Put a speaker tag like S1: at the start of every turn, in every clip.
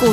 S1: 股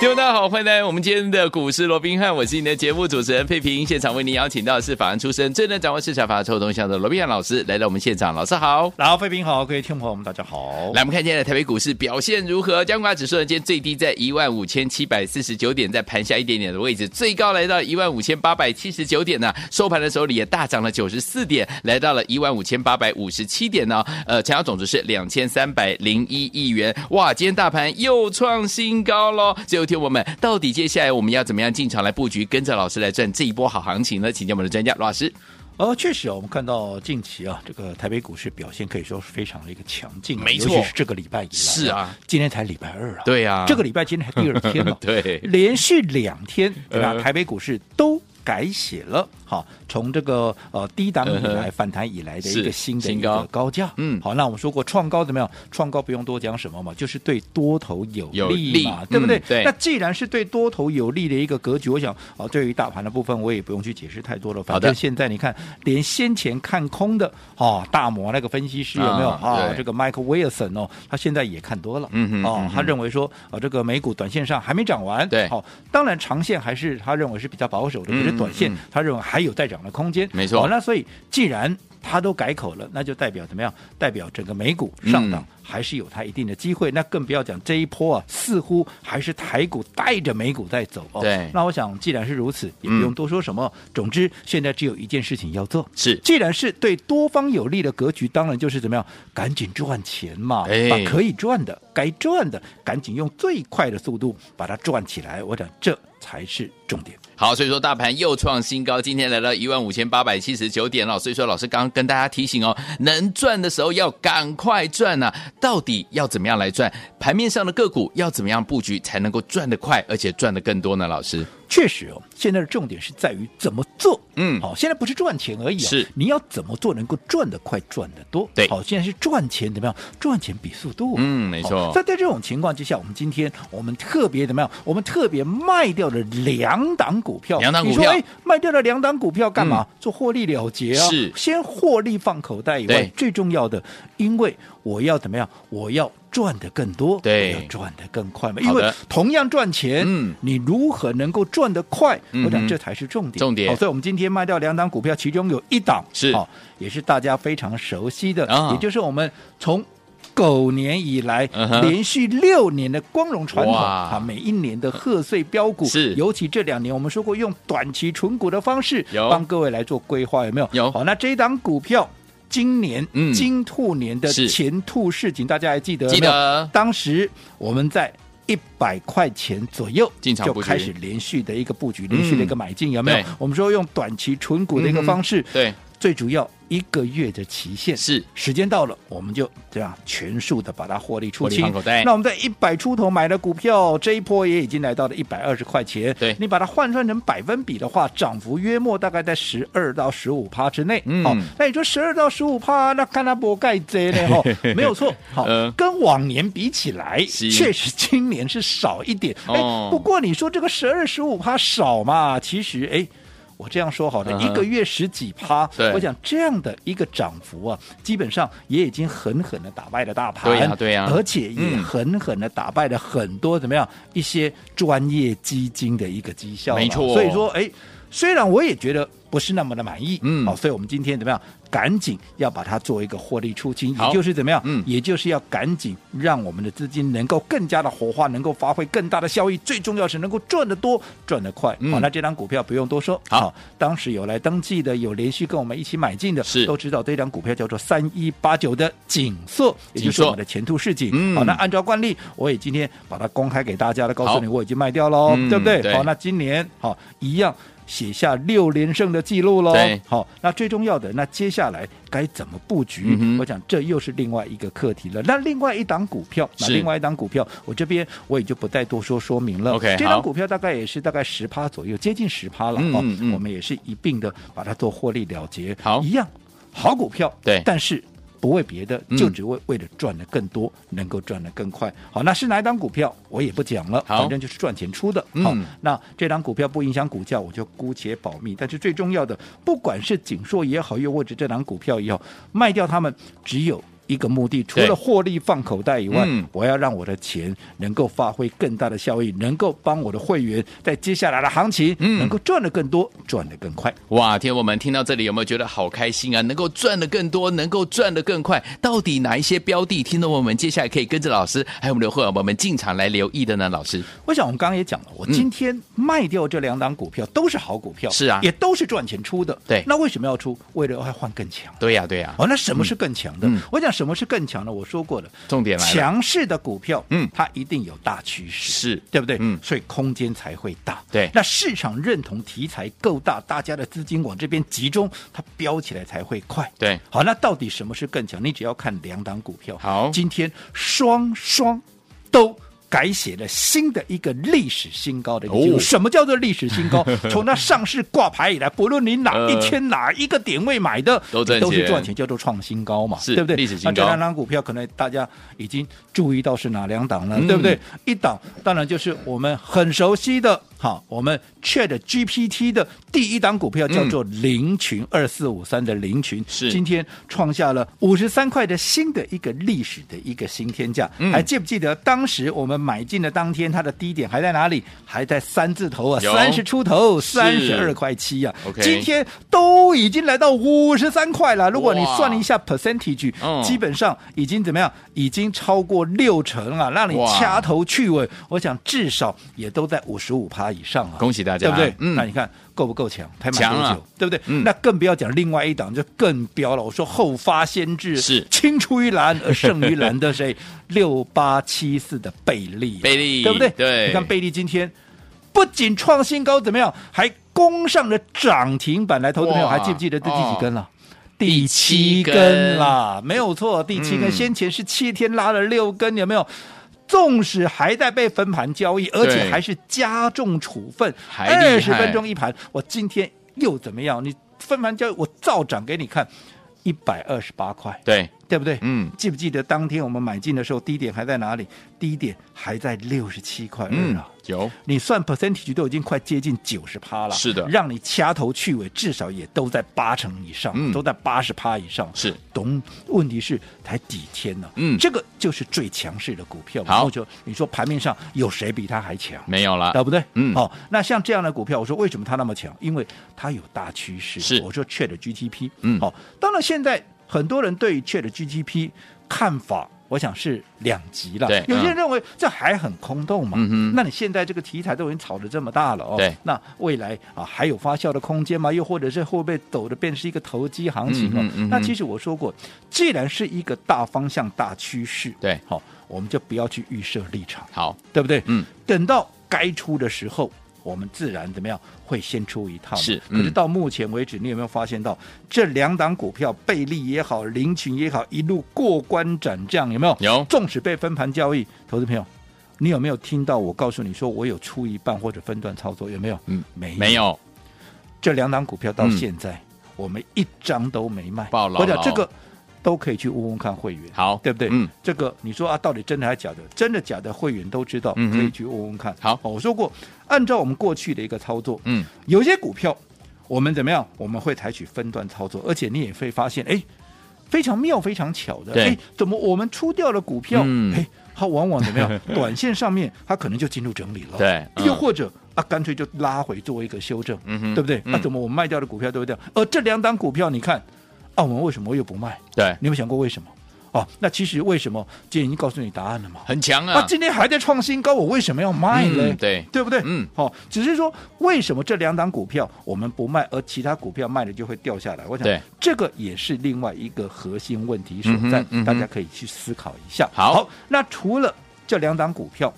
S2: 听众大家好，欢迎来到我们今天的股市罗宾汉，我是你的节目主持人费平。现场为您邀请到的是法案出身、最能掌握市场法律臭动向的罗宾汉老师来到我们现场，老师好。
S3: 然后，费平好，各位听众朋友们，大家好。
S2: 来，我们看今天的台北股市表现如何？加权指数呢，今天最低在15,749点，在盘下一点点的位置，最高来到15,879点呢、收盘的时候也大涨了94点，来到了15,857点呢、呃，成交总值是2,301亿元。哇，今天大盘又创新高喽！所以，有听我们到底接下来我们要怎么样进场来布局，跟着老师来赚这一波好行情呢？请教我们的专家罗老师。
S3: 呃，确实啊，我们看到近期啊，这个台北股市表现可以说是非常的一个强劲啊，
S2: 没错
S3: 尤其是这个礼拜以来、
S2: 是啊，
S3: 今天才礼拜二啊，
S2: 对啊，
S3: 这个礼拜今天才第二天 了
S2: 对
S3: 连续两天对吧？
S2: 呃
S3: 台北股市都。改写了，好，从这个呃低档以
S2: 嗯
S3: 来
S2: 哼
S3: 反弹以来的
S2: 是
S3: 一个新的
S2: 新
S3: 一
S2: 高
S3: 个高价，
S2: 嗯
S3: 好，那我们说过创高怎么样？创高不用多讲什么嘛，就是对多头有
S2: 有
S3: 利
S2: 利
S3: 嘛，对不对
S2: 嗯？对
S3: 那既然是对多头有利的一个格局，我想啊、呃对于大盘的部分我也不用去解释太多了，
S2: 好
S3: 反
S2: 的
S3: 正现在你看，连先前看空的哦，大摩那个分析师有没有
S2: 啊
S3: 啊、
S2: 对
S3: 这个 Michael Wilson 哦，他现在也看多了，
S2: 嗯哼
S3: 哦，
S2: 嗯哼
S3: 他认为说啊、这个美股短线上还没涨完，
S2: 对
S3: 好、当然长线还是他认为是比较保守的，可是
S2: 嗯
S3: 短线
S2: 嗯
S3: 他认为还有再涨的空间，
S2: 没错
S3: 好那所以既然他都改口了，那就代表怎么样？代表整个美股上
S2: 嗯
S3: 档还是有它一定的机会。那更不要讲这一波啊，似乎还是台股带着美股在走哦。
S2: 对
S3: 那我想既然是如此，也不
S2: 嗯
S3: 用多说什么。总之，现在只有一件事情要做，
S2: 是
S3: 既然是对多方有利的格局，当然就是怎么样，赶紧赚钱嘛，
S2: 哎
S3: 把可以赚的、该赚的，赶紧用最快的速度把它赚起来。我讲这才是重点。
S2: 好，所以说大盘又创新高，今天来到一万五千八百七十九点了。所以说老师刚刚跟大家提醒哦，能赚的时候要赶快赚呐、到底要怎么样来赚？盘面上的个股要怎么样布局才能够赚得快，而且赚得更多呢？老师，
S3: 确实哦，现在的重点是在于怎么做。
S2: 嗯
S3: 好、现在不是赚钱而已、哦，
S2: 是
S3: 你要怎么做能够赚得快、赚得多。
S2: 对
S3: 好、现在是赚钱怎么样？赚钱比速度、啊
S2: 嗯没错
S3: 哦好在在这种情况之下，我们今天我们特别怎么样？我们特别卖掉了两档股票。
S2: 两档股票嗯
S3: 你说哎，卖掉了两档股票干嘛？做获利了结啊，
S2: 是
S3: 先获利放口袋以外
S2: 对，
S3: 最重要的，因为我要怎么样？我要。赚得更多，
S2: 对
S3: 我要赚得更快嘛，
S2: 好
S3: 因
S2: 的
S3: 为同样赚钱，
S2: 嗯
S3: 你如何能够赚得快？
S2: 嗯哼
S3: 我讲这才是重点。哦
S2: 重点
S3: 好，所以我们今天卖掉两档股票，其中有一档
S2: 是
S3: 好、也是大家非常熟悉的，
S2: 啊
S3: 也就是我们从。狗年以来
S2: 嗯哼
S3: 连续六年的光荣传统
S2: 哇
S3: 啊，每一年的贺岁标股
S2: 是
S3: 尤其这两年我们说过用短期存股的方式
S2: 有
S3: 帮各位来做规划，有没有？
S2: 有
S3: 好，那这一档股票今年
S2: 嗯
S3: 金兔年的
S2: 是
S3: 前兔市情，大家还记得？
S2: 记
S3: 没有
S2: 得
S3: 当时我们在一百块钱左右
S2: 进场
S3: 就
S2: 布局嗯
S3: 开始连续的一个布局，连续的一个买进，有没
S2: 对嗯
S3: 有？我们说用短期纯股的一个方式，
S2: 对，
S3: 最主要一个月的期限
S2: 是
S3: 时间到了，我们就这样全数的把它获利出
S2: 获利
S3: 清
S2: 放口袋。
S3: 那我们在一百出头买的股票，这一波也已经来到了一百二十块钱。
S2: 对
S3: 你把它换算成百分比的话，涨幅约莫大概在十二到十五趴之内。
S2: 嗯
S3: 好，那你说十二到十五趴，那看它不盖贼 呢？哈，没有错。好
S2: 嗯，
S3: 跟往年比起来，
S2: 是
S3: 确实今年是少一点。哎
S2: 哦，
S3: 不过你说这个十二十五趴少嘛？其实，哎。我这样说好了，
S2: 嗯哼
S3: 一个月十几趴，
S2: 对
S3: 我想这样的一个涨幅啊，基本上也已经狠狠的打败了大盘，
S2: 对呀对呀
S3: 而且也
S2: 嗯
S3: 狠狠的打败了很多怎么样一些专业基金的一个绩效嘛，啊
S2: 没错
S3: 所以说，哎，虽然我也觉得不是那么的满意，
S2: 嗯
S3: 好、所以我们今天怎么样，赶紧要把它做一个获利出清，
S2: 好
S3: 也就是怎么样，
S2: 嗯
S3: 也就是要赶紧让我们的资金能够更加的活化，能够发挥更大的效益，最重要是能够赚得多，赚得快。
S2: 嗯
S3: 好，那这张股票不用多说，
S2: 好
S3: 当时有来登记的，有连续跟我们一起买进的，
S2: 是
S3: 都知道这张股票叫做三一八九的景色，也
S2: 景
S3: 就是
S2: 硕
S3: 我们的前途市景。
S2: 嗯
S3: 好，那按照惯例，我也今天把它公开给大家了，告
S2: 好
S3: 诉你我已经卖掉喽，
S2: 嗯
S3: 对不对？
S2: 对
S3: 好，那今年好一样。写下六连胜的记录喽
S2: 对。
S3: 好，那最重要的，那接下来该怎么布局？
S2: 嗯哼
S3: 我讲这又是另外一个课题了。那另外一档股票，那
S2: 是
S3: 另外一档股票，我这边我也就不再多说说明了。
S2: OK，
S3: 这档
S2: 好
S3: 股票大概也是大概十趴左右，接近十趴了。
S2: 嗯
S3: 哦
S2: 嗯嗯
S3: 我们也是一并的把它做获利了结。
S2: 好
S3: 一样好股票，
S2: 对
S3: 但是不为别的，
S2: 嗯
S3: 就只为为了赚的更多，能够赚的更快。好，那是哪一档股票我也不讲了，
S2: 好
S3: 反正就是赚钱出的。
S2: 嗯
S3: 好，那这档股票不影响股价，我就姑且保密。但是最重要的，不管是锦硕也好，又或者这档股票也好，卖掉它们只有。一个目的，除
S2: 对
S3: 了获利放口袋以外，
S2: 嗯
S3: 我要让我的钱能够发挥更大的效益，能够帮我的会员在接下来的行情、
S2: 嗯
S3: 能够赚得更多，赚得更快。
S2: 哇，听友们听到这里有没有觉得好开心啊？能够赚得更多，能够赚得更快，到底哪一些标的，听众朋友们接下来可以跟着老师还有我们的会员朋友们进场来留意的呢？老师，
S3: 我想我们刚刚也讲了，我今天卖掉这两档股票都是好股票，
S2: 嗯是啊
S3: 也都是赚钱出的。
S2: 对
S3: 那为什么要出？为了要换更强。
S2: 对呀、对呀、
S3: 哦，那什么是更强的？
S2: 啊嗯嗯
S3: 我讲什么是更强的？我说过了，
S2: 重点来了
S3: 强势的股票，
S2: 嗯
S3: 它一定有大趋势，
S2: 是
S3: 对不对？
S2: 嗯
S3: 所以空间才会大。
S2: 对
S3: 那市场认同题材够大，大家的资金往这边集中，它飙起来才会快。
S2: 对
S3: 好，那到底什么是更强？你只要看两档股票，
S2: 好
S3: 今天双双都。改写了新的一个历史新高的一个记录。
S2: 哦
S3: 什么叫做历史新 高？从它上市挂牌以来，不论你哪一
S2: 呃
S3: 天哪一个点位买的，
S2: 都赚
S3: 都是
S2: 钱
S3: 赚钱，叫做创新高嘛，
S2: 是
S3: 对不对？
S2: 历史新
S3: 那这
S2: 高
S3: 两档股票可能大家已经注意到是哪两档了，
S2: 嗯
S3: 对不对？一档当然就是我们很熟悉的，好，我们 Chat GPT 的第一档股票叫做零群二四五三的零群，
S2: 嗯是
S3: 今天创下了五十三块的新的一个历史的一个新天价。
S2: 嗯
S3: 还记不记得当时我们买进的当天，它的低点还在哪里？还在三字头啊，
S2: 有
S3: 三十出头，
S2: 是
S3: 三十二块七呀、啊。
S2: OK
S3: 今天都已经来到五十三块了。如果你
S2: 哇
S3: 算一下 percentage，、
S2: 嗯
S3: 基本上已经怎么样？已经超过六成啊，让你
S2: 哇
S3: 掐头去尾。我想至少也都在五十五趴以上啊。
S2: 恭喜大家
S3: 对不对？
S2: 嗯
S3: 那你看够不够强？才买
S2: 强
S3: 多久？
S2: 啊
S3: 对不对？
S2: 嗯
S3: 那更不要讲另外一档就更飙了。我说后发先至，
S2: 是
S3: 青出于蓝而胜于蓝的谁？六八七四的贝利啊，
S2: 贝利
S3: 对不对？
S2: 对
S3: 你看贝利今天不仅创新高，怎么样？还攻上了涨停板来。投资朋友
S2: 哇
S3: 还记不记得第第几根了？
S2: 第
S3: 第
S2: 七
S3: 七
S2: 根
S3: 根啦，没有错，第七根。
S2: 嗯
S3: 先前是七天拉了六根，有没有？纵使还在被分盘交易，而且
S2: 对
S3: 还是加重处分，
S2: 还
S3: 二
S2: 厉
S3: 十
S2: 害
S3: 分钟一盘，我今天又怎么样？你分盘交易，我照涨给你看，一百二十八块，
S2: 对，
S3: 对不对？
S2: 嗯
S3: 记不记得当天我们买进的时候，低点还在哪里？低点还在六十七块二
S2: 嗯
S3: 啊。，
S2: 有
S3: 你算 percentage 都已经快接近九十趴了，
S2: 是的
S3: 让你掐头去尾，至少也都在八成以上，
S2: 嗯
S3: 都在八十趴以上，
S2: 是
S3: 懂？问题是才几天呢、
S2: 嗯
S3: 这个就是最强势的股票嘛。
S2: 好
S3: 或者你说盘面上有谁比它还强？
S2: 没有了？
S3: 啊对不对？
S2: 嗯
S3: 好、那像这样的股票，我说为什么它那么强？因为它有大趋势。
S2: 是
S3: 我说 Chat GTP，
S2: 嗯
S3: 好、哦当然现在很多人对 Chat GTP 看法。我想是两极了，
S2: 对
S3: 有些人
S2: 嗯
S3: 认为这还很空洞嘛，
S2: 嗯哼
S3: 那你现在这个题材都已经炒得这么大了哦，
S2: 对
S3: 那未来啊还有发酵的空间吗？又或者是会不会走的变是一个投机行情哦？
S2: 嗯哼嗯哼
S3: 那其实我说过，既然是一个大方向、大趋势，
S2: 对
S3: 好、我们就不要去预设立场，
S2: 好，
S3: 对不对？
S2: 嗯，
S3: 等到该出的时候，我们自然怎么样会先出一套嘛。
S2: 是嗯
S3: 可是到目前为止，你有没有发现到这两档股票，贝利也好，林群也好，一路过关斩将，有没有？
S2: 有
S3: 纵使被分盘交易，投资朋友。你有没有听到我告诉你说我有出一半或者分段操作？有没有？
S2: 嗯，
S3: 没
S2: 没有，
S3: 这两档股票到
S2: 嗯
S3: 现在、我们一张都没卖，
S2: 抱牢
S3: 我讲
S2: 牢
S3: 这个都可以去问问看会员，
S2: 好
S3: 对不对？
S2: 嗯，
S3: 这个你说啊，到底真的还是假的？真的假的，会员都知道，
S2: 嗯哼
S3: 可以去问问看。
S2: 好
S3: 哦我说过，按照我们过去的一个操作，
S2: 嗯，
S3: 有些股票我们怎么样？我们会采取分段操作，而且你也会发现，哎，非常妙、非常巧的，
S2: 对
S3: 哎，怎么我们出掉了股票，
S2: 嗯
S3: 哎，它往往怎 么样？短线上面它可能就进入整理了，
S2: 对嗯
S3: 哦又或者。啊，干脆就拉回做一个修正，
S2: 嗯哼
S3: 对不对？那、
S2: 嗯
S3: 怎么我们卖掉的股票对不对？而这两档股票，你看，啊，我们为什么又不卖？
S2: 对，
S3: 你有没有想过为什么？哦，那其实为什么？今天已经告诉你答案了嘛。
S2: 很强
S3: 啊
S2: 啊，，
S3: 今天还在创新高，我为什么要卖呢？
S2: 嗯对
S3: 对不对？
S2: 嗯，
S3: 好、只是说为什么这两档股票我们不卖，而其他股票卖了就会掉下来？我想
S2: 对
S3: 这个也是另外一个核心问题所在，
S2: 嗯哼嗯哼
S3: 大家可以去思考一下。
S2: 好
S3: 那除了这两档股票。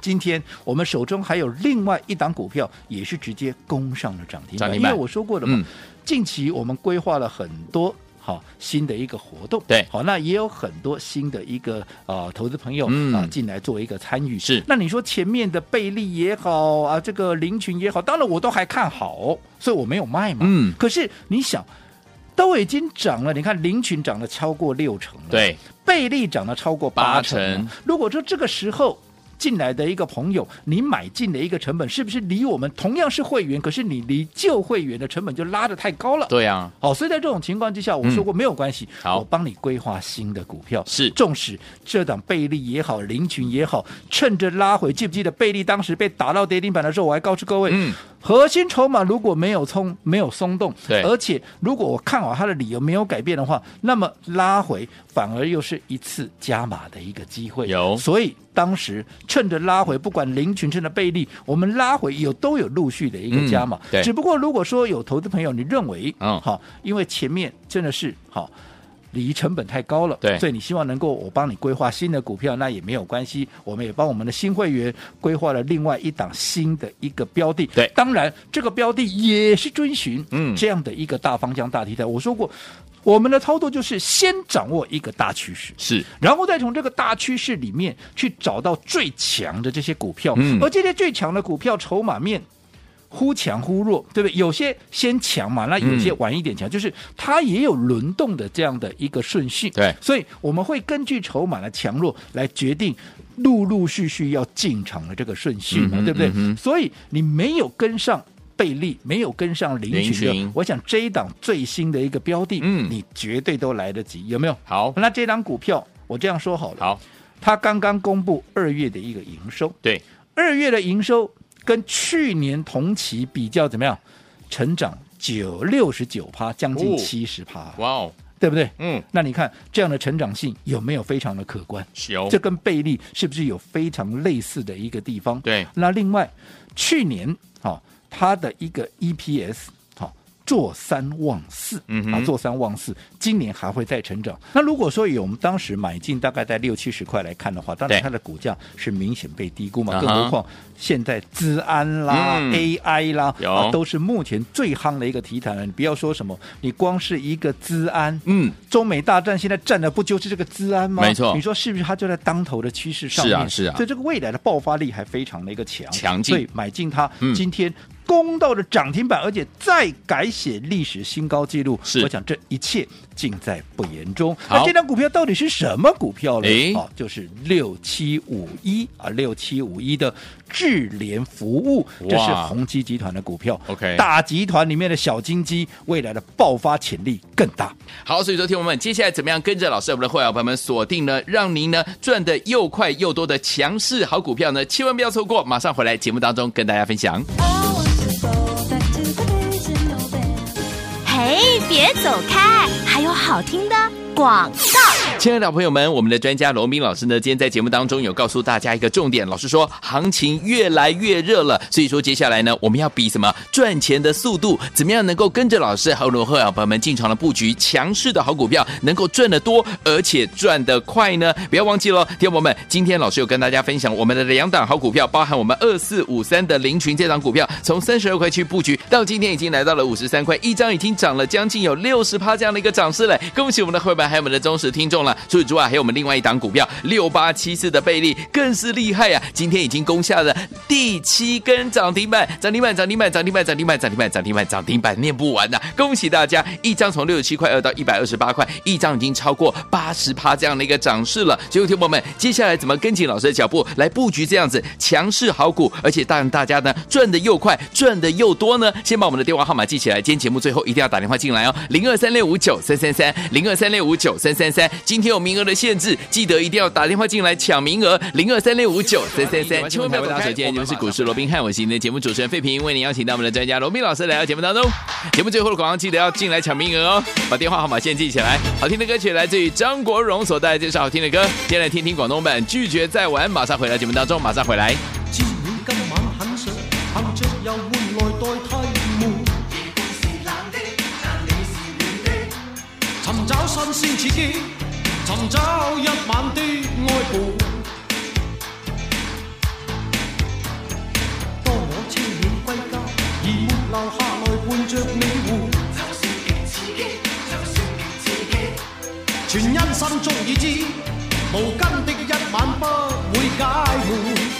S3: 今天我们手中还有另外一档股票，也是直接攻上了涨停
S2: 涨
S3: 板，
S2: 停
S3: 因
S2: 板
S3: 为我说过了嘛，
S2: 嗯，
S3: 近期我们规划了很多。好，新的一个活动，
S2: 对
S3: 好，那也有很多新的一个呃投资朋友啊、
S2: 嗯
S3: 进来做一个参与，
S2: 是
S3: 那你说前面的贝利也好啊，这个林群也好，当然我都还看好，所以我没有卖嘛，
S2: 嗯
S3: 可是你想，都已经涨了，你看林群涨了超过六成了，
S2: 对，
S3: 贝利涨了超过八成了
S2: 八成
S3: 如果说这个时候。进来的一个朋友，你买进的一个成本是不是离我们同样是会员，可是你离旧会员的成本就拉得太高了？
S2: 对啊，
S3: 好，所以在这种情况之下，我说过没有关系，
S2: 好
S3: 我帮你规划新的股票。
S2: 是
S3: 纵使这档贝利也好，林群也好，趁着拉回，记不记得贝利当时被打到跌停板的时候，我还告诉各位，
S2: 嗯，
S3: 核心筹码如果没有冲，没有松动，
S2: 对
S3: 而且如果我看好它的理由没有改变的话，那么拉回反而又是一次加码的一个机会。
S2: 有
S3: 所以当时趁着拉回，不管林群趁着贝利，我们拉回有都有陆续的一个加码。
S2: 嗯对
S3: 只不过如果说有投资朋友你认为，
S2: 嗯
S3: 好，因为前面真的是好。离成本太高了，
S2: 对
S3: 所以你希望能够我帮你规划新的股票，那也没有关系，我们也帮我们的新会员规划了另外一档新的一个标的，
S2: 对
S3: 当然这个标的也是遵循
S2: 嗯
S3: 这样的一个大方向、大题材。我说过，我们的操作就是先掌握一个大趋势，
S2: 是
S3: 然后再从这个大趋势里面去找到最强的这些股票，
S2: 嗯
S3: 而这些最强的股票筹码面。忽强忽弱，对不对？有些先强嘛，那有些
S2: 嗯
S3: 晚一点强，就是它也有轮动的这样的一个顺序。
S2: 对
S3: 所以我们会根据筹码的强弱来决定陆陆续续要进场的这个顺序嘛，
S2: 嗯哼
S3: 对不对？
S2: 嗯哼
S3: 所以你没有跟上。贝利没有跟上林群
S2: 林
S3: 的，
S2: 群
S3: 我想这一档最新的一个标的，
S2: 嗯
S3: 你绝对都来得及，有没有？
S2: 好，
S3: 那这档股票，我这样说好了，
S2: 好，
S3: 它刚刚公布二月的一个营收，
S2: 对，
S3: 二月的营收跟去年同期比较怎么样？成长九六十九趴，将近
S2: 哦
S3: 七十趴，
S2: 哇哦，
S3: 对不对？
S2: 嗯，
S3: 那你看这样的成长性有没有非常的可观？
S2: 有
S3: 这跟贝利是不是有非常类似的一个地方？
S2: 对
S3: 那另外，去年好、它的一个 E EPS 好、哦做三望四，
S2: 嗯哼
S3: 啊，做三望四，今年还会再成长。那如果说以我们当时买进大概在六七十块来看的话，当然
S2: 对
S3: 它的股价是明显被低估
S2: 啊
S3: 嘛，
S2: 哈
S3: 更何况现在资安啦、
S2: 嗯
S3: AI 啦，
S2: 有
S3: 啊，都是目前最夯的一个题材了。你不要说什么，你光是一个资安，
S2: 嗯，
S3: 中美大战现在站的不就是这个资安吗？
S2: 没错
S3: 你说是不是？它就在当头的趋势上
S2: 是
S3: 面，
S2: 啊是啊
S3: 所以这个未来的爆发力还非常的一个强，
S2: 强劲
S3: 所以买进它，
S2: 嗯
S3: 今天。攻到了涨停板，而且再改写历史新高纪录。
S2: 是
S3: 我想这一切尽在不言中。
S2: 好
S3: 那这张股票到底是什么股票呢？
S2: 诶
S3: 啊，就是六七五一啊，六七五一的智联服务，这是
S2: 哇
S3: 宏基集团的股票。
S2: OK
S3: 大集团里面的小金鸡，未来的爆发潜力更大。
S2: 好，所以说，听我们接下来怎么样跟着老师我们的会员朋友们锁定呢，让您呢赚的又快又多的强势好股票呢，千万不要错过，马上回来节目当中跟大家分享。
S4: I want to go back to the original bed.
S1: 嘿，别走开，还有好听的广告。
S2: 亲爱的朋友们，我们的专家罗明老师呢，今天在节目当中有告诉大家一个重点，老师说行情越来越热了，所以说接下来呢，我们要比什么赚钱的速度，怎么样能够跟着老师还有罗赫小朋友们进场的布局强势的好股票，能够赚得多，而且赚得快呢？不要忘记了，听众朋友们，今天老师有跟大家分享我们的两档好股票，包含我们二四五三的林群这档股票，从三十二块去布局，到今天已经来到了五十三块，一张已经涨了将近有六十趴这样的一个涨势了，恭喜我们的会员还有我们的忠实听众了。除此之外，还有我们另外一档股票六八七四的贝利更是厉害呀、啊今天已经攻下了第七根涨停板，涨停板，涨停板，涨停板，涨停板，涨停板，涨停板，涨停板，念不完呐、恭喜大家，一张从六十七块二到一百二十八块，一张已经超过八十趴这样的一个涨势了。所以，听众朋友们，接下来怎么跟紧老师的脚步来布局这样子强势好股，而且让大家呢赚的又快，赚的又多呢？先把我们的电话号码记起来，今天节目最后一定要打电话进来哦，零二三六五九三三三，零二三六五九三三三。今天有名额的限制，记得一定要打电话进来抢名额，零二三六五九三三三。千万不要打手机，今天就是股市罗宾汉，我是您的节目主持人费平，为您邀请到我们的专家罗宾老师来到节目当中。节目最后的广告记得要进来抢名额哦，把电话号码先记起来。好听的歌曲来自于张国荣所带来这首好听的歌，先来听听广东版《拒绝再玩》，马上回来节目当中，马上回来。
S5: 只要今晚肯睡，憑着又換來代替悶。尋找新鮮刺激，尋找一晚的愛伴。當我超然歸家，而沒留下來伴着你活。全因心中已知，無根的一晚不會解悶。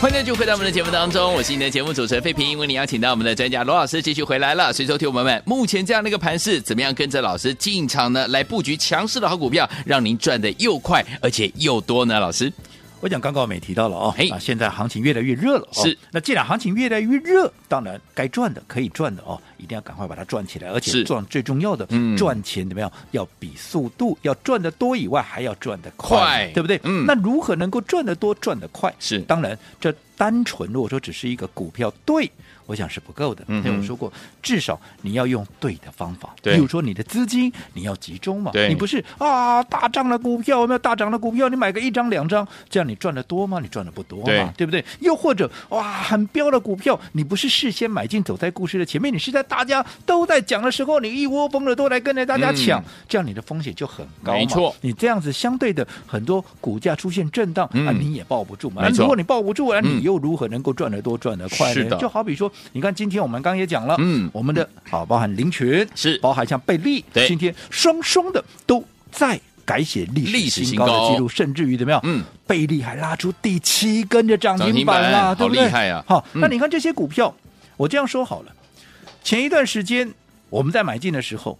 S2: 欢迎继续回到我们的节目当中，我是你的节目主持人费平，为你邀请到我们的专家罗老师继续回来了。所以，说，听我们们，目前这样的一个盘势，怎么样跟着老师进场呢，来布局强势的好股票，让您赚的又快而且又多呢？老师，
S3: 我讲刚刚我们也提到了哦
S2: 嘿，
S3: 啊，现在行情越来越热了、哦，
S2: 是。
S3: 那既然行情越来越热，当然该赚的可以赚的哦，一定要赶快把它赚起来，而
S2: 是
S3: 且赚最重要的，
S2: 嗯
S3: 赚钱怎么样？要比速度要赚得多以外，还要赚得快，
S2: 快
S3: 对不对？
S2: 嗯
S3: 那如何能够赚得多、赚得快？
S2: 是
S3: 当然这单纯如果说只是一个股票对。我想是不够的，
S2: 嗯哼
S3: 因为我说过，至少你要用对的方法，
S2: 对
S3: 比如说你的资金你要集中嘛，
S2: 对
S3: 你不是啊大涨的股票有没有大涨的股票？你买个一张两张，这样你赚的多吗？你赚的不多嘛，
S2: 对
S3: 对不对？又或者哇很标的股票，你不是事先买进走在故事的前面，你是在大家都在讲的时候，你一窝蜂的都来跟着大家抢，
S2: 嗯
S3: 这样你的风险就很高嘛
S2: 没错
S3: 你这样子相对的很多股价出现震荡、啊，
S2: 嗯
S3: 你也抱不住嘛。
S2: 没错
S3: 如果你抱不住，啊，
S2: 嗯
S3: 你又如何能够赚得多、赚得快
S2: 是的
S3: 呢？就好比说，你看今天我们刚也讲了，
S2: 嗯
S3: 我们的好包含林群
S2: 是
S3: 包含像贝利，
S2: 对
S3: 今天双双的都在。改写历
S2: 历
S3: 史
S2: 史
S3: 新
S2: 新
S3: 高的
S2: 高
S3: 记录，甚至于怎么样？
S2: 嗯，
S3: 贝利还拉出第七根的涨
S2: 涨停
S3: 停板啦，
S2: 板
S3: 对不
S2: 好
S3: 对？
S2: 厉害啊
S3: 好，
S2: 嗯
S3: 那你看这些股票，我这样说好了，前一段时间我们在买进的时候，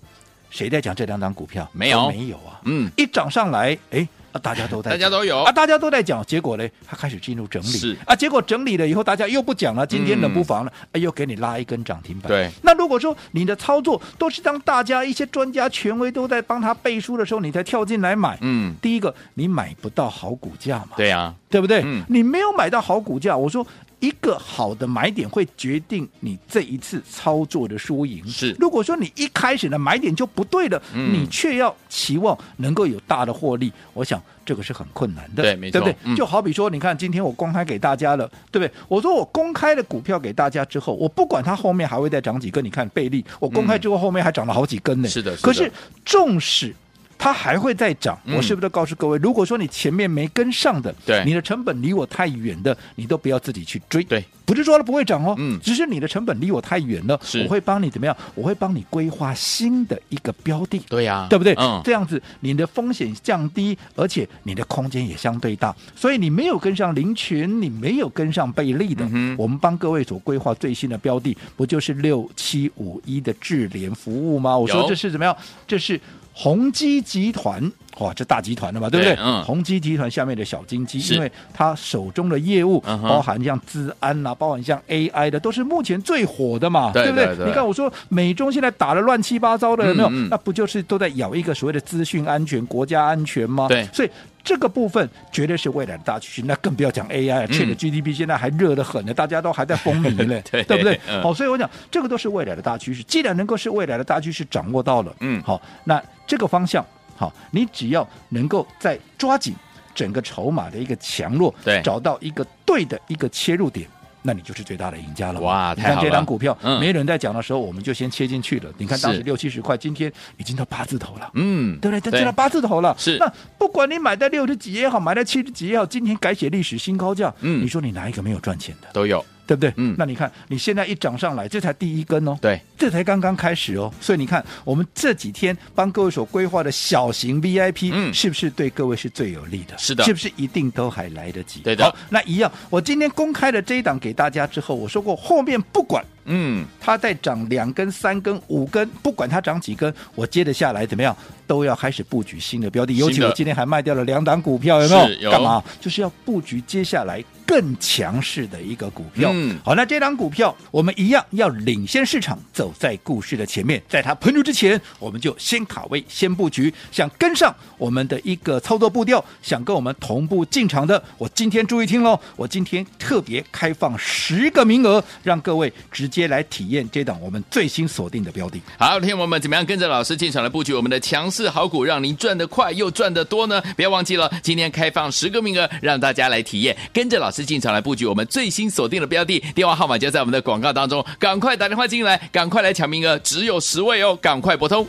S3: 谁在讲这两档股票？
S2: 没有
S3: 都没有啊。
S2: 嗯，
S3: 一涨上来，哎。啊大家都在
S2: 大
S3: 讲，
S2: 家都有
S3: 啊，大家都在讲，结果呢，它开始进入整理，
S2: 是
S3: 啊，结果整理了以后，大家又不讲了，今天冷
S2: 嗯
S3: 不防了，哎、又给你拉一根涨停板。
S2: 对，
S3: 那如果说你的操作都是当大家一些专家权威都在帮他背书的时候，你才跳进来买，
S2: 嗯，
S3: 第一个你买不到好股价嘛，
S2: 对啊，
S3: 对不对？
S2: 嗯
S3: 你没有买到好股价，我说一个好的买点会决定你这一次操作的输赢。
S2: 是
S3: 如果说你一开始的买点就不对了，
S2: 嗯
S3: 你却要期望能够有大的获利，我想这个是很困难的，
S2: 对没错
S3: 对不对？
S2: 嗯
S3: 就好比说，你看今天我公开给大家了，对不对？我说我公开了股票给大家之后，我不管它后面还会再涨几根，你看贝利，我公开之后后面还涨了好几根呢。
S2: 嗯是的是的
S3: 可是纵使它还会再涨，
S2: 嗯
S3: 我是不是都告诉各位，如果说你前面没跟上的，
S2: 对
S3: 你的成本离我太远的，你都不要自己去追。
S2: 对，
S3: 不是说它不会涨哦，
S2: 嗯
S3: 只是你的成本离我太远了
S2: 是，
S3: 我会帮你怎么样？我会帮你规划新的一个标的。
S2: 对呀、啊，
S3: 对不对？
S2: 嗯，
S3: 这样子你的风险降低，而且你的空间也相对大，所以你没有跟上林群，你没有跟上贝利的，
S2: 嗯哼
S3: 我们帮各位所规划最新的标的，不就是六七五一的智联服务吗？我说
S2: 有
S3: 这是怎么样？这是。宏基集团，哇，这大集团了嘛，对不对？
S2: 对嗯
S3: 宏基集团下面的小金鸡，
S2: 是
S3: 因为它手中的业务、
S2: 嗯哼
S3: 包含像资安啦、包含像 AI 的，都是目前最火的嘛，
S2: 对
S3: 不对？
S2: 对对
S3: 你看我说美中现在打的乱七八糟的，有没有？
S2: 嗯嗯
S3: 那不就是都在咬一个所谓的资讯安全、国家安全吗？
S2: 对
S3: 所以这个部分绝对是未来的大趋势。那更不要讲 AI 啊
S2: 嗯
S3: ，Chat GDP 现在还热得很呢，大家都还在风靡
S2: ，
S3: 呢
S2: 对
S3: 不对？
S2: 嗯
S3: 好，所以我讲这个都是未来的大趋势。既然能够是未来的大趋势掌握到了，
S2: 嗯
S3: 好，那这个方向，好，你只要能够再抓紧整个筹码的一个强弱，
S2: 对
S3: 找到一个对的一个切入点。那你就是最大的赢家了嘛。
S2: 哇
S3: 你
S2: 太
S3: 看
S2: 好
S3: 这
S2: 了
S3: 张股票，
S2: 嗯
S3: 没人在讲的时候，我们就先切进去了。你看当时
S2: 是
S3: 六七十块，今天已经到八字头了。
S2: 嗯，
S3: 对不对？都知道八字头了，
S2: 是
S3: 那不管你买在六十几也好，买在七十几也好，今天改写历史新高价，
S2: 嗯
S3: 你说你哪一个没有赚钱的，
S2: 都有，
S3: 对不对？
S2: 嗯
S3: 那你看你现在一涨上来，这才第一根哦，
S2: 对，
S3: 这才刚刚开始哦，所以你看我们这几天帮各位所规划的小型 VIP，、
S2: 嗯
S3: 是不是对各位是最有利的？
S2: 是的
S3: 是不是一定都还来得及？
S2: 对的
S3: 好，那一样，我今天公开的这一档给大家之后，我说过后面不管
S2: 嗯，
S3: 它再涨两根、三根、五根，不管它涨几根，我接着下来怎么样，都要开始布局新的标的。尤其
S2: 新的
S3: 我今天还卖掉了两档股票，有没有
S2: 是？有
S3: 干嘛？啊就是要布局接下来更强势的一个股票。
S2: 嗯
S3: 好，那这档股票我们一样要领先市场，走在故事的前面。在它喷出之前，我们就先卡位、先布局。想跟上我们的一个操作步调，想跟我们同步进场的，我今天注意听喽，我今天特别开放十个名额，让各位直接来体验这档我们最新锁定的标的。
S2: 好，听友们怎么样跟着老师进场来布局我们的强势好股，让您赚得快又赚得多呢？不要忘记了，今天开放十个名额，让大家来体验，跟着老师进场来布局我们最新锁定的标的，电话号码就在我们的广告当中，赶快打电话进来，赶快来抢名额，只有十位哦，赶快拨通。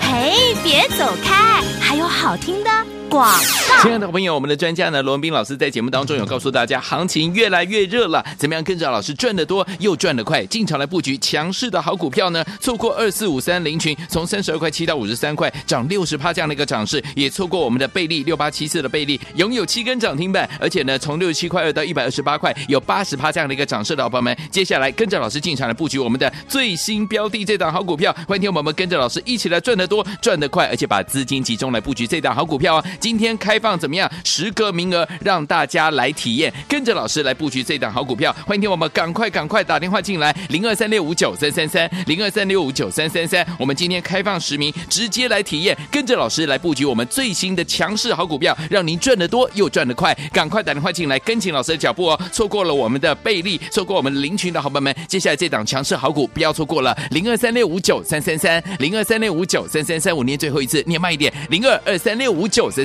S1: 嘿，别走开，还有好听的广告。
S2: 亲爱的朋友我们的专家呢，罗文斌老师在节目当中有告诉大家，行情越来越热了，怎么样跟着老师赚得多又赚得快，进场来布局强势的好股票呢？错过二四五三零群，从三十二块七到五十三块，涨六十趴这样的一个涨势，也错过我们的贝利六八七四的贝利，拥有七根涨停板，而且呢，从六十七块二到一百二十八块，有八十趴这样的一个涨势的好朋友们，接下来跟着老师进场来布局我们的最新标的这档好股票，欢迎听我们跟着老师一起来赚得多、赚得快，而且把资金集中来布局这档好股票啊！今天开放怎么样？十个名额让大家来体验，跟着老师来布局这档好股票。欢迎听我们赶快赶快打电话进来，零二三六五九三三三，零二三六五九三三三。我们今天开放十名，直接来体验，跟着老师来布局我们最新的强势好股票，让您赚得多又赚得快。赶快打电话进来，跟紧老师的脚步哦！错过了我们的贝利，错过我们林群的好朋友们，接下来这档强势好股不要错过了，零二三六五九三三三，零二三六五九三三三，我念最后一次，念慢一点，零二二三六五九三